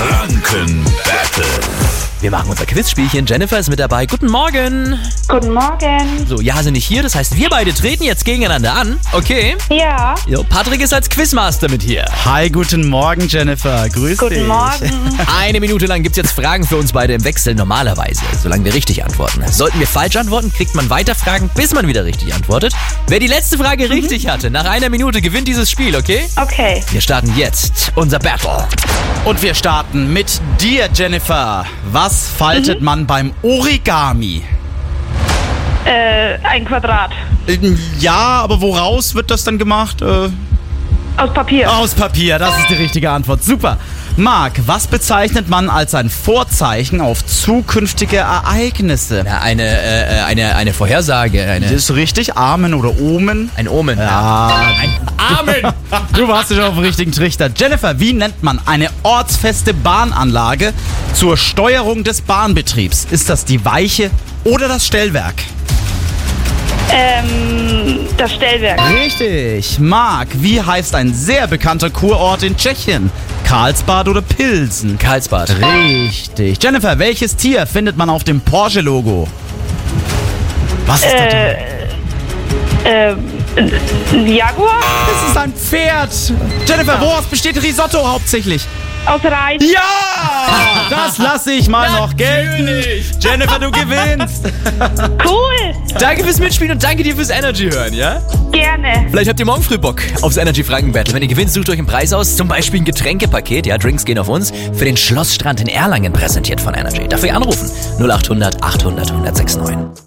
Franken Battle. Wir machen unser Quizspielchen. Jennifer ist mit dabei. Guten Morgen. Guten Morgen. So, ja, sind nicht hier. Das heißt, wir beide treten jetzt gegeneinander an. Okay. Ja, Jo, Patrick ist als Quizmaster mit hier. Hi, guten Morgen, Jennifer. Grüß dich. guten Morgen. Eine Minute lang gibt es jetzt Fragen für uns beide im Wechsel normalerweise, solange wir richtig antworten. Sollten wir falsch antworten, kriegt man weiter Fragen, bis man wieder richtig antwortet. Wer die letzte Frage richtig hatte, nach einer Minute gewinnt dieses Spiel, okay? Okay, Wir starten jetzt unser Battle. Und wir starten mit dir, Jennifer. Was faltet Mhm. man beim Origami? äh, ein Quadrat. Ähm, Ja, aber woraus wird das dann gemacht? Äh, Aus Papier. aus Papier, das ist die richtige Antwort. Super. Marc, was bezeichnet man als ein Vorzeichen auf zukünftige Ereignisse? Na, eine, äh, äh, eine, eine Vorhersage, Das eine, ist richtig, Amen oder Omen? ein Omen. Ah, Amen! du warst ja schon auf dem richtigen Trichter. Jennifer, wie nennt man eine ortsfeste Bahnanlage zur Steuerung des Bahnbetriebs? Ist das die Weiche oder das Stellwerk? Ähm, das Stellwerk. Richtig. Marc, wie heißt ein sehr bekannter Kurort in Tschechien? Karlsbad oder Pilsen? Karlsbad. Richtig. Jennifer, welches Tier findet man auf dem Porsche-Logo? Was ist das? denn? Ähm, ein Jaguar? Das ist ein Pferd. Jennifer, woraus besteht Risotto hauptsächlich? Aus Reis? Ja! Das lasse ich mal noch gelten. Jennifer, du gewinnst. Cool. Danke fürs Mitspielen und danke dir fürs Energy hören, ja? Gerne. Vielleicht habt ihr morgen früh Bock aufs Energy Franken Battle. Wenn ihr gewinnt, sucht euch einen Preis aus, zum Beispiel ein Getränkepaket, ja, Drinks gehen auf uns, für den Schlossstrand in Erlangen präsentiert von Energy. Dafür anrufen 0800 800 1069.